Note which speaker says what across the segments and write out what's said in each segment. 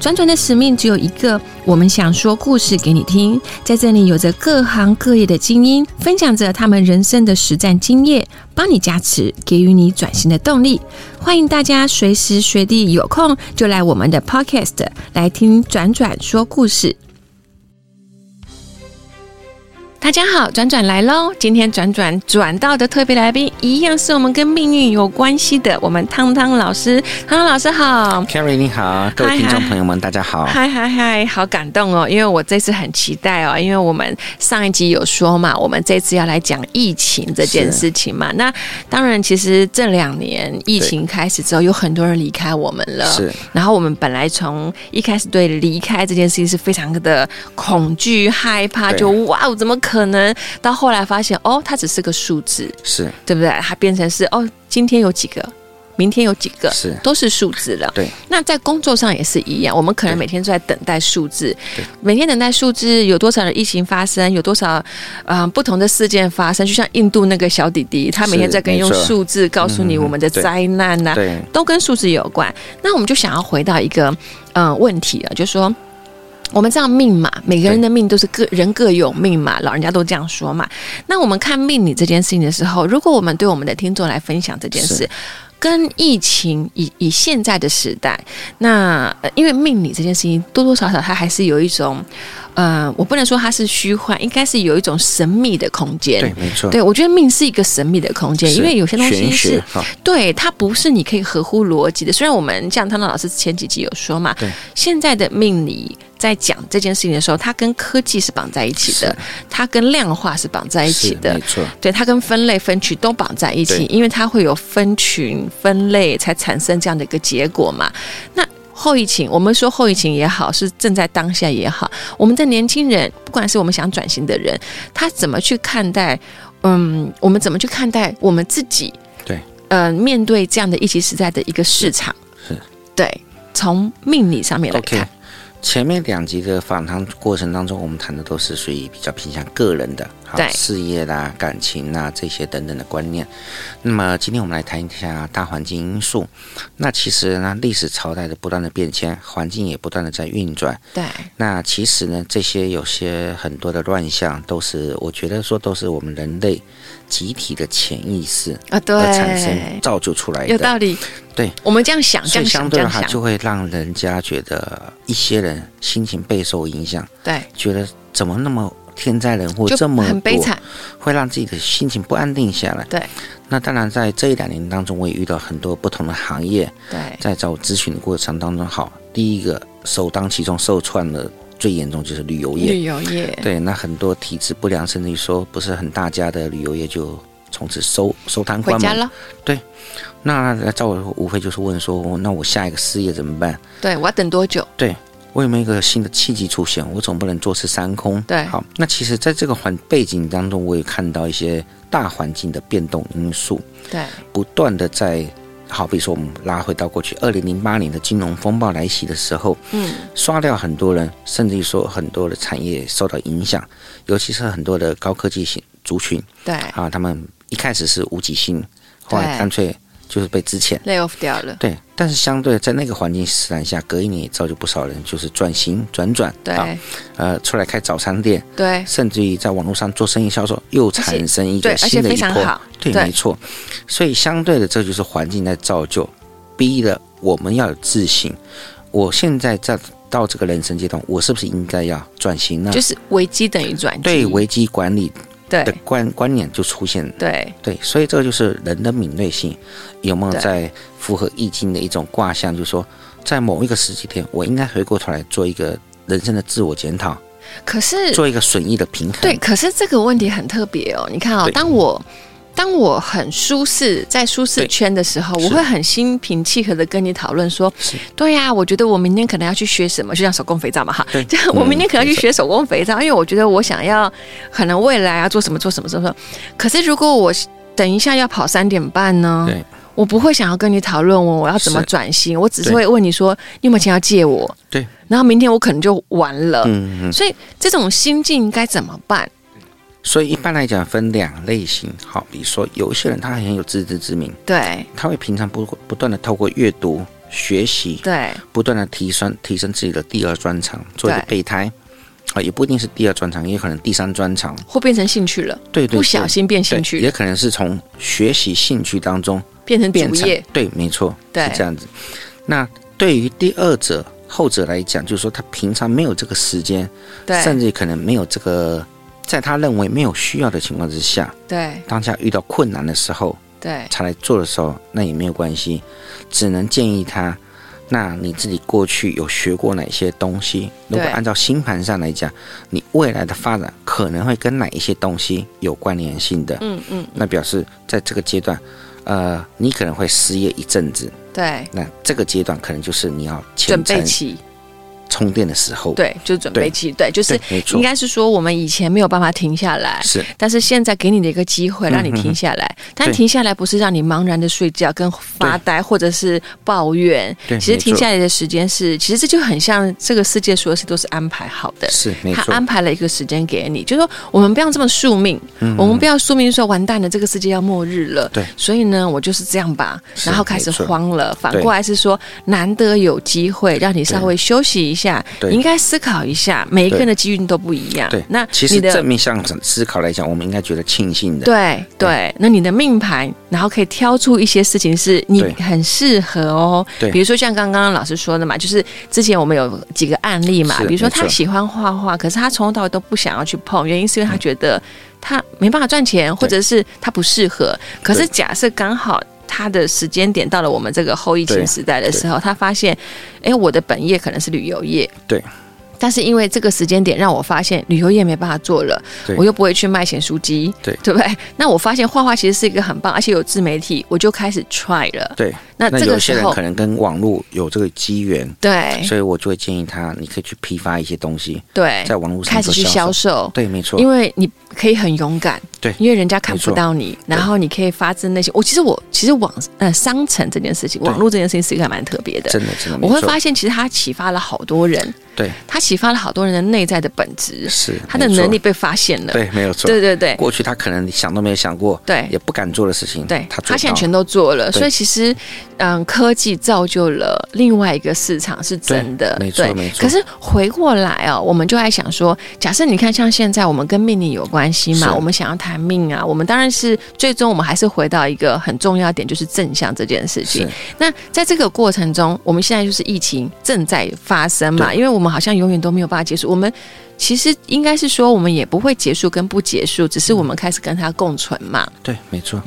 Speaker 1: 转转的使命只有一个，我们想说故事给你听。在这里，有着各行各业的精英，分享着他们人生的实战经验，帮你加持，给予你转型的动力。欢迎大家随时随地有空就来我们的 Podcast 来听转转说故事。大家好，转转来喽！今天转转转到的特别来宾，一样是我们跟命运有关系的，我们汤汤老师。汤汤老师好，
Speaker 2: Carrie 你好，各
Speaker 1: 嗨
Speaker 2: 位听众
Speaker 1: 嗨
Speaker 2: 朋友们，大家好。
Speaker 1: 嗨嗨嗨，好感动哦！因为我这次很期待哦，因为我们上一集有说嘛，我们这次要来讲疫情这件事情嘛。那当然，其实这两年疫情开始之后，有很多人离开我们了。
Speaker 2: 是。
Speaker 1: 然后我们本来从一开始对离开这件事情是非常的恐惧、害怕，
Speaker 2: 对
Speaker 1: 就哇，哦，怎么可能？到后来发现，哦，它只是个数字，
Speaker 2: 是
Speaker 1: 对不对？它变成是哦，今天有几个，明天有几个，
Speaker 2: 是
Speaker 1: 都是数字了。
Speaker 2: 对，
Speaker 1: 那在工作上也是一样，我们可能
Speaker 2: 对
Speaker 1: 每天都在等待数字
Speaker 2: 对，
Speaker 1: 每天等待数字有多少的疫情发生，有多少嗯、呃不同的事件发生，就像印度那个小弟弟，他每天在跟
Speaker 2: 没
Speaker 1: 用
Speaker 2: 错
Speaker 1: 数字告诉你
Speaker 2: 嗯
Speaker 1: 我们的
Speaker 2: 对
Speaker 1: 灾难啊呐、
Speaker 2: 对
Speaker 1: 都跟数字有关。那我们就想要回到一个嗯、呃问题了，就说。我们知道命嘛，每个人的命都是各人各有命嘛，老人家都这样说嘛。那我们看命理这件事情的时候，如果我们对我们的听众来分享这件事
Speaker 2: 是，
Speaker 1: 跟疫情以以现在的时代，那、呃因为命理这件事情多多少少它还是有一种，呃，我不能说它是虚幻，应该是有一种神秘的空间。
Speaker 2: 对，没错。
Speaker 1: 对，我觉得命是一个神秘的空间，
Speaker 2: 是
Speaker 1: 因为有些东西
Speaker 2: 玄
Speaker 1: 是
Speaker 2: 学哈，
Speaker 1: 对，它不是你可以合乎逻辑的。虽然我们像汤汤老师前几集有说嘛
Speaker 2: 对，
Speaker 1: 现在的命理在讲这件事情的时候，它跟科技是绑在一起的
Speaker 2: 是，
Speaker 1: 它跟量化是绑在一起
Speaker 2: 是
Speaker 1: 的
Speaker 2: 没。错，
Speaker 1: 对，它跟分类分区都绑在一起
Speaker 2: 对，
Speaker 1: 因为它会有分群分类，才产生这样的一个结果嘛。那后疫情，我们说后疫情也好，是正在当下也好，我们的年轻人，不管是我们想转型的人，他怎么去看待，嗯，我们怎么去看待我们自己？
Speaker 2: 对，
Speaker 1: 呃，面对这样的一级时代的一个市场，
Speaker 2: 是
Speaker 1: 对，从命理上面来
Speaker 2: OK
Speaker 1: 看，。
Speaker 2: 前面两集的访谈过程当中，我们谈的都是属于比较偏向个人的，好
Speaker 1: 对
Speaker 2: 事业啦、感情啦这些等等的观念。那么今天我们来谈一下大环境因素。那其实呢，历史朝代的不断的变迁，环境也不断的在运转。
Speaker 1: 对，
Speaker 2: 那其实呢，这些有些很多的乱象，都是我觉得说都是我们人类集体的潜意识
Speaker 1: 啊，
Speaker 2: 而产生
Speaker 1: 对，
Speaker 2: 造就出来
Speaker 1: 有
Speaker 2: 的。
Speaker 1: 道理，
Speaker 2: 对，
Speaker 1: 我们这样想，这
Speaker 2: 所以
Speaker 1: 样
Speaker 2: 相
Speaker 1: 想，这
Speaker 2: 对的
Speaker 1: 样
Speaker 2: 话，
Speaker 1: 想，
Speaker 2: 就会让人家觉得一些人心情备受影响，
Speaker 1: 对，
Speaker 2: 觉得怎么那么天灾人祸
Speaker 1: 就
Speaker 2: 这么
Speaker 1: 很悲
Speaker 2: 多
Speaker 1: 惨，
Speaker 2: 会让自己的心情不安定下来。
Speaker 1: 对。
Speaker 2: 那当然，在这一两年当中，我也遇到很多不同的行业，
Speaker 1: 对，
Speaker 2: 在找咨询的过程当中，好，第一个首当其冲受创的最严重就是旅游业。
Speaker 1: 旅游业，
Speaker 2: 对，那很多体质不良，甚至于说不是很大家的旅游业就从此收收摊
Speaker 1: 回
Speaker 2: 关
Speaker 1: 家
Speaker 2: 门。
Speaker 1: 了，
Speaker 2: 那照我无非就是问说，哦那我下一个事业怎么办？
Speaker 1: 对我要等多久？
Speaker 2: 我有没有一个新的契机出现？我总不能坐吃山空。
Speaker 1: 对
Speaker 2: 好，那其实在这个环背景当中，我也看到一些大环境的变动因素，
Speaker 1: 对，
Speaker 2: 不断的在。好比说，我们拉回到过去，二零零八年的金融风暴来袭的时候，
Speaker 1: 嗯，
Speaker 2: 刷掉很多人，甚至于说很多的产业受到影响，尤其是很多的高科技型族群，
Speaker 1: 对
Speaker 2: 啊，他们一开始是无极性，后来
Speaker 1: 对
Speaker 2: 干脆就是被之前。
Speaker 1: ，lay off 掉了，
Speaker 2: 对，但是相对在那个环境使然下，隔一年也造就不少人就是转型转转，啊，
Speaker 1: 对
Speaker 2: 呃，出来开早餐店，
Speaker 1: 对
Speaker 2: 甚至于在网络上做生意销售，又产生一
Speaker 1: 对
Speaker 2: 个，
Speaker 1: 而且
Speaker 2: 新的
Speaker 1: 非
Speaker 2: 一
Speaker 1: 常
Speaker 2: 波，
Speaker 1: 好，
Speaker 2: 对，
Speaker 1: 对
Speaker 2: 没错。所以相对的，这就是环境在造就，逼的我们要有自信。我现在在到这个人生阶段，我是不是应该要转型呢？
Speaker 1: 就是危机等于转机，
Speaker 2: 对危机管理的
Speaker 1: 对
Speaker 2: 观观念就出现
Speaker 1: 对
Speaker 2: 对，所以这个就是人的敏锐性有没有
Speaker 1: 对
Speaker 2: 在符合易经的一种卦象，就是说，在某一个时机点，我应该回过头来做一个人生的自我检讨，
Speaker 1: 可是
Speaker 2: 做一个损益的平衡。
Speaker 1: 对，可是这个问题很特别哦。你看哦，
Speaker 2: 对
Speaker 1: 当我当我很舒适在舒适
Speaker 2: 对
Speaker 1: 圈的时候，
Speaker 2: 是
Speaker 1: 我会很心平气和的跟你讨论说
Speaker 2: 是，
Speaker 1: 对呀、我觉得我明天可能要去学什么，就像手工肥皂嘛哈
Speaker 2: 对，
Speaker 1: 这 样我
Speaker 2: 嗯
Speaker 1: 明天可能要
Speaker 2: 没
Speaker 1: 去
Speaker 2: 错
Speaker 1: 学手工肥皂，因为我觉得我想要可能未来要做什么做什么做什么。可是如果我等一下要跑三点半呢
Speaker 2: 对，
Speaker 1: 我不会想要跟你讨论我我要怎么
Speaker 2: 是
Speaker 1: 转型，我只是
Speaker 2: 对
Speaker 1: 会问你说你有没有钱要借我，
Speaker 2: 对，
Speaker 1: 然后明天我可能就完了。
Speaker 2: 嗯嗯。
Speaker 1: 所以这种心境该怎么办？
Speaker 2: 所以一般来讲分两类型，好，比如说有一些人他很有自知之明，
Speaker 1: 对
Speaker 2: 他会平常不不断的透过阅读、学习，
Speaker 1: 对
Speaker 2: 不断的提升提升自己的第二专长，做一个
Speaker 1: 对
Speaker 2: 备胎。啊，也不一定是第二专长，也可能第三专长。
Speaker 1: 或变成兴趣了，
Speaker 2: 对对对，
Speaker 1: 不小心变兴
Speaker 2: 对
Speaker 1: 趣
Speaker 2: 也可能是从学习兴趣当中
Speaker 1: 变成
Speaker 2: 变
Speaker 1: 主
Speaker 2: 成
Speaker 1: 业，
Speaker 2: 对，没错，
Speaker 1: 对
Speaker 2: 是这样子。那对于第二者后者来讲，就是说他平常没有这个时间，甚
Speaker 1: 对
Speaker 2: 至可能没有这个，在他认为没有需要的情况之下，
Speaker 1: 对
Speaker 2: 当下遇到困难的时候
Speaker 1: 对
Speaker 2: 才来做的时候，那也没有关系，只能建议他。那你自己过去有学过哪些东西？如果
Speaker 1: 对
Speaker 2: 按照星盘上来讲，你未来的发展可能会跟哪一些东西有关联性的？
Speaker 1: 嗯嗯
Speaker 2: 那表示在这个阶段，呃，你可能会失业一阵子。
Speaker 1: 对，
Speaker 2: 那这个阶段可能就是你要
Speaker 1: 准
Speaker 2: 全
Speaker 1: 备
Speaker 2: 程
Speaker 1: 期，
Speaker 2: 充电的时候。
Speaker 1: 对，就是准备
Speaker 2: 对
Speaker 1: 期，对，就是
Speaker 2: 对，没错
Speaker 1: 应，呃该是说我们以前没有办法停下来。
Speaker 2: 是
Speaker 1: 但是现在给你的一个机会，让你停下来。但
Speaker 2: 嗯对
Speaker 1: 停下来不是让你茫然的睡觉、跟发呆，或者是抱怨。
Speaker 2: 对
Speaker 1: 其实
Speaker 2: 没错
Speaker 1: 停下来的时间是，其实这就很像这个世界所有事都是安排好啊的。
Speaker 2: 是没
Speaker 1: 他
Speaker 2: 错，
Speaker 1: 安排了一个时间给你，就说我们不要这么宿命，我们不要宿命说完蛋了，这个世界要末日了。
Speaker 2: 嗯对
Speaker 1: 所以呢，我就是这样吧，
Speaker 2: 是
Speaker 1: 然后开始
Speaker 2: 没错
Speaker 1: 慌了。反
Speaker 2: 对
Speaker 1: 过来是说，难得有机会让你稍
Speaker 2: 对
Speaker 1: 微休息一下，
Speaker 2: 对
Speaker 1: 你应该思考一下，每一个人的机遇都不一样。
Speaker 2: 对。
Speaker 1: 那
Speaker 2: 其
Speaker 1: 你
Speaker 2: 实
Speaker 1: 的
Speaker 2: 正面向思考来讲，我们应该觉得庆幸的。
Speaker 1: 对对，那你的命盘，然后可以挑出一些事情是你
Speaker 2: 对
Speaker 1: 很适合哦。
Speaker 2: 对
Speaker 1: 比如说像刚刚老师说的嘛，就是之前我们有几个案例嘛，
Speaker 2: 是
Speaker 1: 比如说
Speaker 2: 没错
Speaker 1: 他喜欢画画，可是他从头到尾都不想要去碰，原因是因为他觉得他没办法赚钱，或者是他不适合。可是
Speaker 2: 对
Speaker 1: 假设刚好。他的时间点到了我们这个后疫情
Speaker 2: 对
Speaker 1: 时代的时候，他发现，哎，我的本业可能是旅游业，
Speaker 2: 对，
Speaker 1: 但是因为这个时间点让我发现旅游业没办法做了，
Speaker 2: 对
Speaker 1: 我又不会去卖咸酥鸡，
Speaker 2: 对
Speaker 1: 对不对？ 那我发现画画其实是一个很棒，而且有自媒体，我就开始 try 了。
Speaker 2: 对
Speaker 1: 那
Speaker 2: 那
Speaker 1: 这
Speaker 2: 有
Speaker 1: 个
Speaker 2: 些
Speaker 1: 时
Speaker 2: 人
Speaker 1: 候
Speaker 2: 可，能跟网络有这个机缘，
Speaker 1: 对
Speaker 2: 所以我就会建议他，你可以去批发一些东西，
Speaker 1: 对，
Speaker 2: 在网络上
Speaker 1: 开始
Speaker 2: 做
Speaker 1: 去
Speaker 2: 销
Speaker 1: 销。售，
Speaker 2: 对，没错
Speaker 1: 因，为你可以很勇敢，
Speaker 2: 对
Speaker 1: 因为人家看
Speaker 2: 没
Speaker 1: 不
Speaker 2: 错
Speaker 1: 到你，然后你可以发自内心。我其实我其实网呃商城这件事情，
Speaker 2: 对
Speaker 1: 网络这件事情是一个还蛮特别的。
Speaker 2: 真的真的没
Speaker 1: 我会
Speaker 2: 错
Speaker 1: 发现，其实它启发了好多人，
Speaker 2: 对
Speaker 1: 它启发了好多人的内在的本质，
Speaker 2: 是
Speaker 1: 他的
Speaker 2: 没错
Speaker 1: 能力被发现了。
Speaker 2: 对没有错。
Speaker 1: 对对对
Speaker 2: 过去他可能想都没有想过，
Speaker 1: 对
Speaker 2: 也不敢做的事情，
Speaker 1: 对，
Speaker 2: 他做
Speaker 1: 现在
Speaker 2: 到
Speaker 1: 全都做了，
Speaker 2: 对
Speaker 1: 所以其实，嗯，科技造就了另外一个市场是真的，
Speaker 2: 对没错
Speaker 1: 对
Speaker 2: 没错
Speaker 1: 可是回过来哦，我们就在想说，假设你看像现在我们跟命理有关系嘛，
Speaker 2: 是
Speaker 1: 我们想要谈命啊，我们当然是最终我们还是回到一个很重要点，就是正向这件事情
Speaker 2: 是。
Speaker 1: 那在这个过程中，我们现在就是疫情正在发生嘛，
Speaker 2: 对
Speaker 1: 因为我们好像永远都没有办法结束。我们其实应该是说，我们也不会结束跟不结束，只
Speaker 2: 嗯
Speaker 1: 是我们开始跟它共存嘛。
Speaker 2: 对，没错。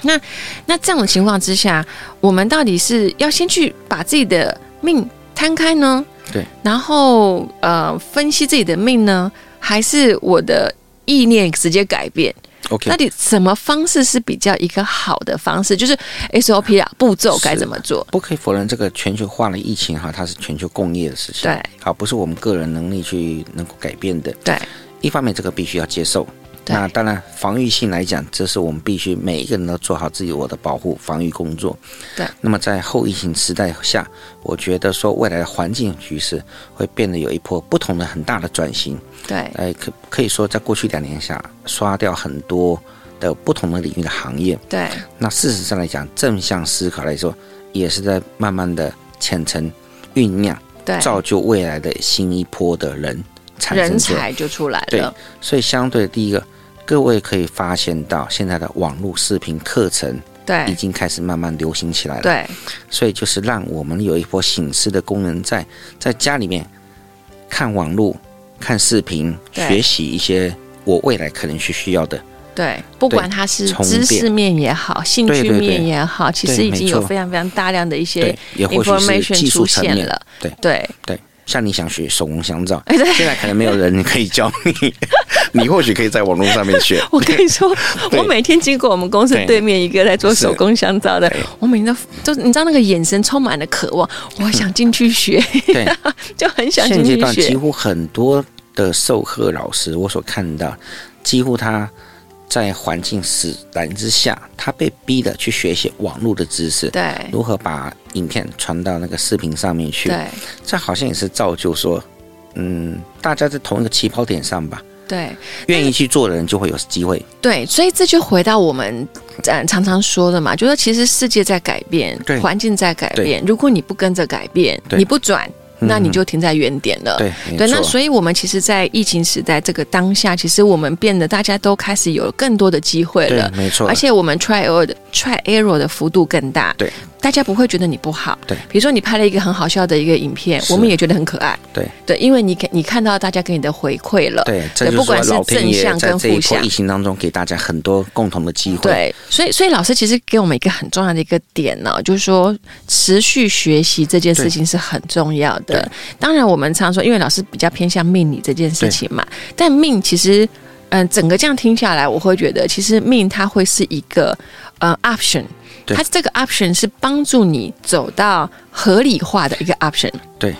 Speaker 1: 那这种情况之下，我们到底是要先去把自己的命摊开呢？
Speaker 2: 对，
Speaker 1: 然后呃，分析自己的命呢，还是我的意念直接改变？
Speaker 2: OK，
Speaker 1: 到底什么方式是比较一个好的方式？就是 SOP 啊，步骤该怎么做？
Speaker 2: 不可以否认，这个全球化的疫情哈，它是全球共业的事情，
Speaker 1: 对，
Speaker 2: 好，不是我们个人能力去能够改变的。
Speaker 1: 对，
Speaker 2: 一方面这个必须要接受，
Speaker 1: 对
Speaker 2: 那当然防御性来讲，这是我们必须每一个人都做好自己我的保护防御工作。
Speaker 1: 对，
Speaker 2: 那么在后疫情时代下，我觉得说未来的环境局势会变得有一波不同的很大的转型，
Speaker 1: 对
Speaker 2: 呃，可可以说在过去两年下刷掉很多的不同的领域的行业，
Speaker 1: 对
Speaker 2: 那事实上来讲，正向思考来说，也是在慢慢的浅层酝酿，
Speaker 1: 对，
Speaker 2: 造就未来的新一波的人产
Speaker 1: 人
Speaker 2: 生者。
Speaker 1: 才就出来
Speaker 2: 对
Speaker 1: 了。，
Speaker 2: 所以相对第一个，各位可以发现到现在的网络视频课程已
Speaker 1: 对
Speaker 2: 经开始慢慢流行起来了。，
Speaker 1: 对
Speaker 2: 所以就是让我们有一波醒狮的功能在在家里面看网络、看视频，
Speaker 1: 对
Speaker 2: 学习一些我未来可能去需要的。
Speaker 1: 对，不管它是
Speaker 2: 重
Speaker 1: 知识
Speaker 2: 变
Speaker 1: 面也好，兴
Speaker 2: 对
Speaker 1: 趣
Speaker 2: 对对
Speaker 1: 面也好，其实
Speaker 2: 对
Speaker 1: 已
Speaker 2: 没
Speaker 1: 经有
Speaker 2: 错
Speaker 1: 非常非常大量的一些
Speaker 2: 对，也或许是
Speaker 1: information
Speaker 2: 技术
Speaker 1: 出
Speaker 2: 层
Speaker 1: 现
Speaker 2: 面
Speaker 1: 了。
Speaker 2: 对
Speaker 1: 对
Speaker 2: 像你想学手工香皂，
Speaker 1: 哎对
Speaker 2: 现在可能没有人可以教 你，你或许可以在网络上面学。
Speaker 1: 我跟你说，
Speaker 2: 对
Speaker 1: 我每天经过我们公司
Speaker 2: 对
Speaker 1: 对面一个在做手工香皂的
Speaker 2: 对，
Speaker 1: 我每天都就是你知道那个眼神充满了渴望，我想进去学，
Speaker 2: 对，
Speaker 1: 就很想进
Speaker 2: 嗯现阶
Speaker 1: 去
Speaker 2: 段几
Speaker 1: 学。
Speaker 2: 乎很多的授课老师，我所看到，几乎他在环境使然之下，他被逼的去学习网络的知识，
Speaker 1: 对
Speaker 2: 如何把影片传到那个视频上面去。
Speaker 1: 对
Speaker 2: 这好像也是造就说，嗯，大家在同一个起跑点上吧，
Speaker 1: 对
Speaker 2: 愿意去做的人就会有机会。
Speaker 1: 对，所以这就回到我们呃常常说的嘛，就是其实世界在改变
Speaker 2: 对，
Speaker 1: 环境在改
Speaker 2: 对
Speaker 1: 变，如果你不跟着改变，
Speaker 2: 对
Speaker 1: 你不转，
Speaker 2: 嗯
Speaker 1: 那你就停在原点了。
Speaker 2: 对，没
Speaker 1: 呃对，那
Speaker 2: 错
Speaker 1: 所以我们其实，在疫情时代这个当下，其实我们变得大家都开始有更多的机会
Speaker 2: 对，
Speaker 1: 了。
Speaker 2: 没错，
Speaker 1: 而且我们 try error 的 try error 的幅度更大，
Speaker 2: 对，
Speaker 1: 大家不会觉得你不好，
Speaker 2: 对
Speaker 1: 比如说你拍了一个很好笑的一个影片，
Speaker 2: 是
Speaker 1: 我们也觉得很可爱，
Speaker 2: 对
Speaker 1: 对，因为你看你看到大家给你的回馈了，
Speaker 2: 对，这就
Speaker 1: 不
Speaker 2: 是
Speaker 1: 管是
Speaker 2: 老天
Speaker 1: 正
Speaker 2: 爷
Speaker 1: 向
Speaker 2: 在
Speaker 1: 跟
Speaker 2: 这一
Speaker 1: 负
Speaker 2: 波
Speaker 1: 向
Speaker 2: 疫情当中给大家很多共同的机会。
Speaker 1: 对，所以所以老师其实给我们一个很重要的一个点呢、就是说持续学习这件事情是很重要的
Speaker 2: 对。
Speaker 1: 当然，我们常说，因为老师比较偏向命理这件事情嘛，但命其实。嗯，整个这样听下来，我会觉得其实命它会是一个呃 option，
Speaker 2: 对
Speaker 1: 它这个 option 是帮助你走到合理化的一个 option。
Speaker 2: 对，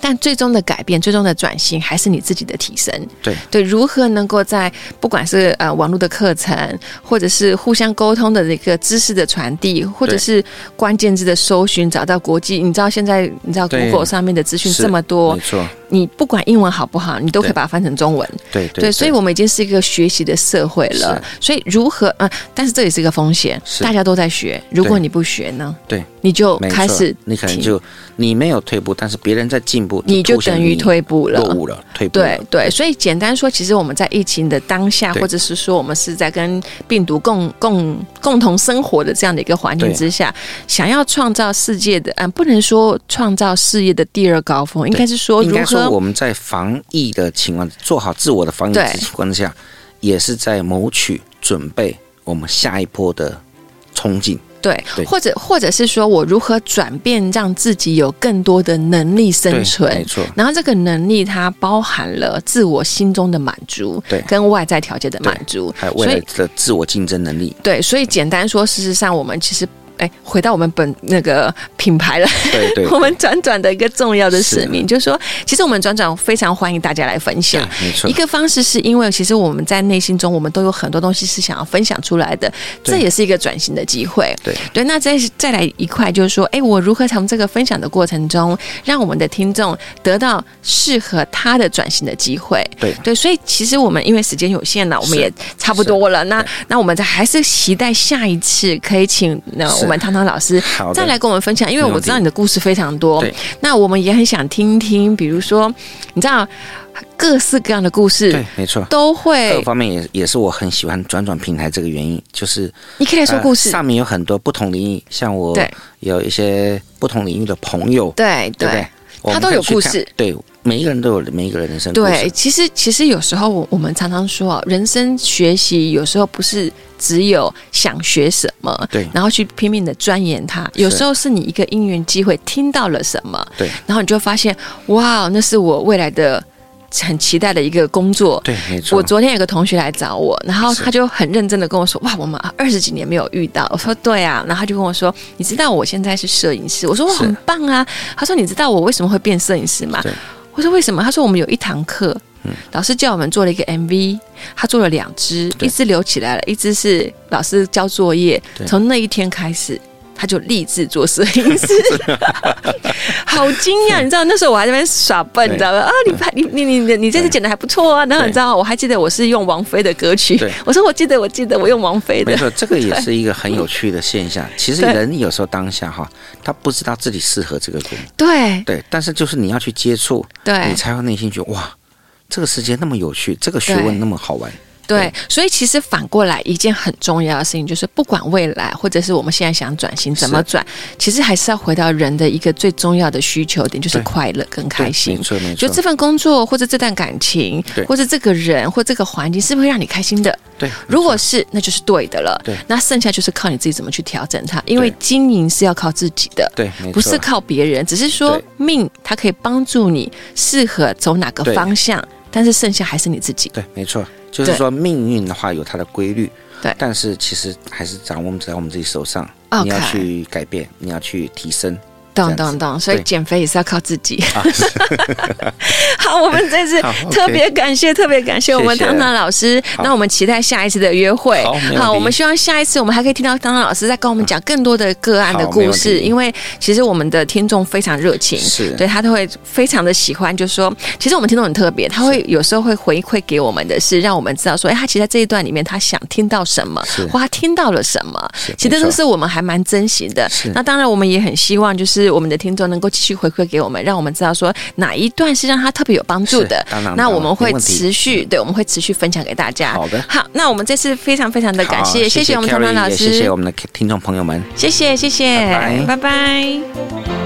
Speaker 1: 但最终的改变、最终的转型，还是你自己的提升。
Speaker 2: 对
Speaker 1: 对，如何能够在不管是呃网络的课程，或者是互相沟通的一个知识的传递，或者
Speaker 2: 对
Speaker 1: 是关键字的搜寻，找到国际，你知道现在你知道
Speaker 2: 对
Speaker 1: Google 上面的资讯
Speaker 2: 是
Speaker 1: 这么多
Speaker 2: 没，错，
Speaker 1: 你不管英文好不好，你都可以
Speaker 2: 对
Speaker 1: 把它翻成中文。
Speaker 2: 对对
Speaker 1: 所以我们已经是一个学习的社会了。所以如何呃，但是这也是一个风险，
Speaker 2: 是
Speaker 1: 大家都在学，如果
Speaker 2: 对
Speaker 1: 你不学呢，
Speaker 2: 对，
Speaker 1: 你就
Speaker 2: 没
Speaker 1: 开
Speaker 2: 错
Speaker 1: 始
Speaker 2: 你可能
Speaker 1: 停
Speaker 2: 就你没有退步，但是别人在进步，
Speaker 1: 你就
Speaker 2: 凸显
Speaker 1: 等于退步了
Speaker 2: 落。伍了，退步了
Speaker 1: 对对，所以简单说，其实我们在疫情的当下，
Speaker 2: 对
Speaker 1: 或者是说我们是在跟病毒共共共同生活的这样的一个环境
Speaker 2: 对啊
Speaker 1: 之下，想要创造世界的，嗯，不能说创造事业的第二高峰，应该是说
Speaker 2: 应
Speaker 1: 如
Speaker 2: 该说
Speaker 1: 何
Speaker 2: 我们在防疫的情况，做好自我的防疫
Speaker 1: 对
Speaker 2: 的情况下，也是在谋取准备我们下一波的冲劲。
Speaker 1: 对，
Speaker 2: 对
Speaker 1: 或者或者是说我如何转变，让自己有更多的能力生
Speaker 2: 对，
Speaker 1: 存
Speaker 2: 没。错，
Speaker 1: 然后这个能力它包含了自我心中的满足，
Speaker 2: 对
Speaker 1: 跟外在条件的满足，
Speaker 2: 还有未
Speaker 1: 所以
Speaker 2: 来的自我竞争能力。
Speaker 1: 对，所以简单说，事实上我们其实。哎，回到我们本那个品牌了，
Speaker 2: 对对
Speaker 1: 我们转转的一个重要的使命，
Speaker 2: 是
Speaker 1: 就是说，其实我们转转非常欢迎大家来分享。
Speaker 2: 没错
Speaker 1: 一，个方式是因为其实我们在内心中，我们都有很多东西是想要分享出来的，
Speaker 2: 对
Speaker 1: 这也是一个转型的机会。
Speaker 2: 对
Speaker 1: 对，那再再来一块就是说，哎，我如何从这个分享的过程中，让我们的听众得到适合他的转型的机会？
Speaker 2: 对
Speaker 1: 对，所以其实我们因为时间有限了，我们
Speaker 2: 是
Speaker 1: 也差不多了。那那我们还是期待下一次可以请那
Speaker 2: 是
Speaker 1: 我们汤汤老师
Speaker 2: 好的
Speaker 1: 再来跟我们分享，因为
Speaker 2: 没问
Speaker 1: 我
Speaker 2: 题
Speaker 1: 知道你的故事非常多
Speaker 2: 对。
Speaker 1: 那我们也很想听听，比如说，你知道各式各样的故事
Speaker 2: 对，没错。
Speaker 1: 都
Speaker 2: 各
Speaker 1: 会，
Speaker 2: 方面也也是我很喜欢转转平台这个原因，就是
Speaker 1: 你可以来说故
Speaker 2: 呃
Speaker 1: 事。
Speaker 2: 上面有很多不同领域，像我
Speaker 1: 对
Speaker 2: 有一些不同领域的朋友，
Speaker 1: 对
Speaker 2: 对不
Speaker 1: 对
Speaker 2: 对？我们
Speaker 1: 他都
Speaker 2: 可以
Speaker 1: 有
Speaker 2: 去
Speaker 1: 故
Speaker 2: 看
Speaker 1: 事，
Speaker 2: 对，每一个人都有每一个人的人生故事
Speaker 1: 对，，其实其实有时候我我们常常说啊，人生学习有时候不是只有想学什么，
Speaker 2: 对
Speaker 1: 然后去拼命的钻研它，有时候是你一个因缘机会听到了什么，
Speaker 2: 对，
Speaker 1: 然后你就发现，哇，那是我未来的很期待的一个工作。
Speaker 2: 对，没错，
Speaker 1: 我昨天有个同学来找我，然后
Speaker 2: 是
Speaker 1: 他就很认真的跟我说：“哇，我们二十几年没有遇到。”我说：“对啊。”然后他就跟我说：“你知道我现在是摄影师？”我说：“哇，
Speaker 2: 是
Speaker 1: 很棒啊！”他说：“你知道我为什么会变摄影师吗
Speaker 2: 对？”嗯
Speaker 1: 我说：“为什么？”他说：“我们有一堂课，老师叫我们做了一个 MV，他做了两支，
Speaker 2: 对
Speaker 1: 一支留起来了，一支是老师交作业。
Speaker 2: 对
Speaker 1: 从那一天开始。”他就立志做摄影 师，好惊讶！你知道那时候我还在那边耍笨，
Speaker 2: 对
Speaker 1: 你知道吗？啊，你拍你你你你你这次
Speaker 2: 对
Speaker 1: 剪的还不错啊！然后你
Speaker 2: 对
Speaker 1: 知道，我还记得我是用王菲的歌曲
Speaker 2: 对，
Speaker 1: 我说我记得我记得我用王菲的
Speaker 2: 没，错，这个也是一个很有趣的 现象。其实
Speaker 1: 对
Speaker 2: 人有时候当下哈，他不知道自己适合这个工，
Speaker 1: 对
Speaker 2: 对，但是就是你要去接触，
Speaker 1: 对
Speaker 2: 你才会内心觉得哇，这个世界那么有趣，这个学
Speaker 1: 对
Speaker 2: 问那么好玩，
Speaker 1: 对，所以其实反过来一件很重要的事情，就是不管未来或者是我们现在想转型怎么转，其实还是要回到人的一个最重要的需求点，就是
Speaker 2: 对
Speaker 1: 快乐跟开
Speaker 2: 对
Speaker 1: 心
Speaker 2: 没。错没
Speaker 1: 就
Speaker 2: 错，
Speaker 1: 这份工作，或者这段感情，
Speaker 2: 对
Speaker 1: 或者这个人，或这个环境，是不是会让你开心的？
Speaker 2: 对，
Speaker 1: 如果是，那就是对的了。
Speaker 2: 对
Speaker 1: 那剩下就是靠你自己怎么去调整它，因为
Speaker 2: 对
Speaker 1: 经营是要靠自己的。
Speaker 2: 对，没错
Speaker 1: 不是靠别人，只是说
Speaker 2: 对
Speaker 1: 命它可以帮助你适合走哪个
Speaker 2: 对
Speaker 1: 方向，但是剩下还是你自己。
Speaker 2: 对，没错，就是
Speaker 1: 对
Speaker 2: 说命运的话有它的规律，
Speaker 1: 对
Speaker 2: 但是其实还是掌握在我们自己手上。
Speaker 1: OK
Speaker 2: 你要去改变，你要去提升
Speaker 1: 懂
Speaker 2: 这样
Speaker 1: 懂
Speaker 2: 子
Speaker 1: 懂，所以
Speaker 2: 对
Speaker 1: 减肥也是要靠自己。
Speaker 2: 啊！
Speaker 1: 好，我们这次
Speaker 2: 好，OK
Speaker 1: 特别感谢，特别感谢我们
Speaker 2: 谢谢
Speaker 1: 汤汤老师。
Speaker 2: 好
Speaker 1: 那我们期待下一次的约会
Speaker 2: 好没问。题
Speaker 1: 我们希望下一次我们还可以听到汤汤老师再跟我们讲更多的个案的
Speaker 2: 好没
Speaker 1: 故
Speaker 2: 问
Speaker 1: 事，
Speaker 2: 题
Speaker 1: 因为其实我们的听众非常热情，
Speaker 2: 是
Speaker 1: 对他都会非常的喜欢。就说，其实我们听众很特别，他会有时候会回馈给我们的是，让我们知道说，哎，他其实在这一段里面他想听到什么
Speaker 2: 是，
Speaker 1: 或他听到了什么。其
Speaker 2: 没
Speaker 1: 实都
Speaker 2: 错
Speaker 1: 是我们还蛮珍惜的
Speaker 2: 是。
Speaker 1: 那当然，我们也很希望就是我们的听众能够继续回馈给我们，让我们知道说哪一段是让他特别有帮助的
Speaker 2: 是当然。
Speaker 1: 那我们会
Speaker 2: 当然没问题
Speaker 1: 持续对，我们会持续分享给大家。
Speaker 2: 好的
Speaker 1: 嗯好，那我们这次非常非常的感谢，谢
Speaker 2: 好谢
Speaker 1: 谢我们唐
Speaker 2: Carrie，
Speaker 1: 唐老
Speaker 2: 也
Speaker 1: 师，
Speaker 2: 谢谢我们的听众朋友们。
Speaker 1: 谢谢，谢谢
Speaker 2: 拜拜
Speaker 1: 拜拜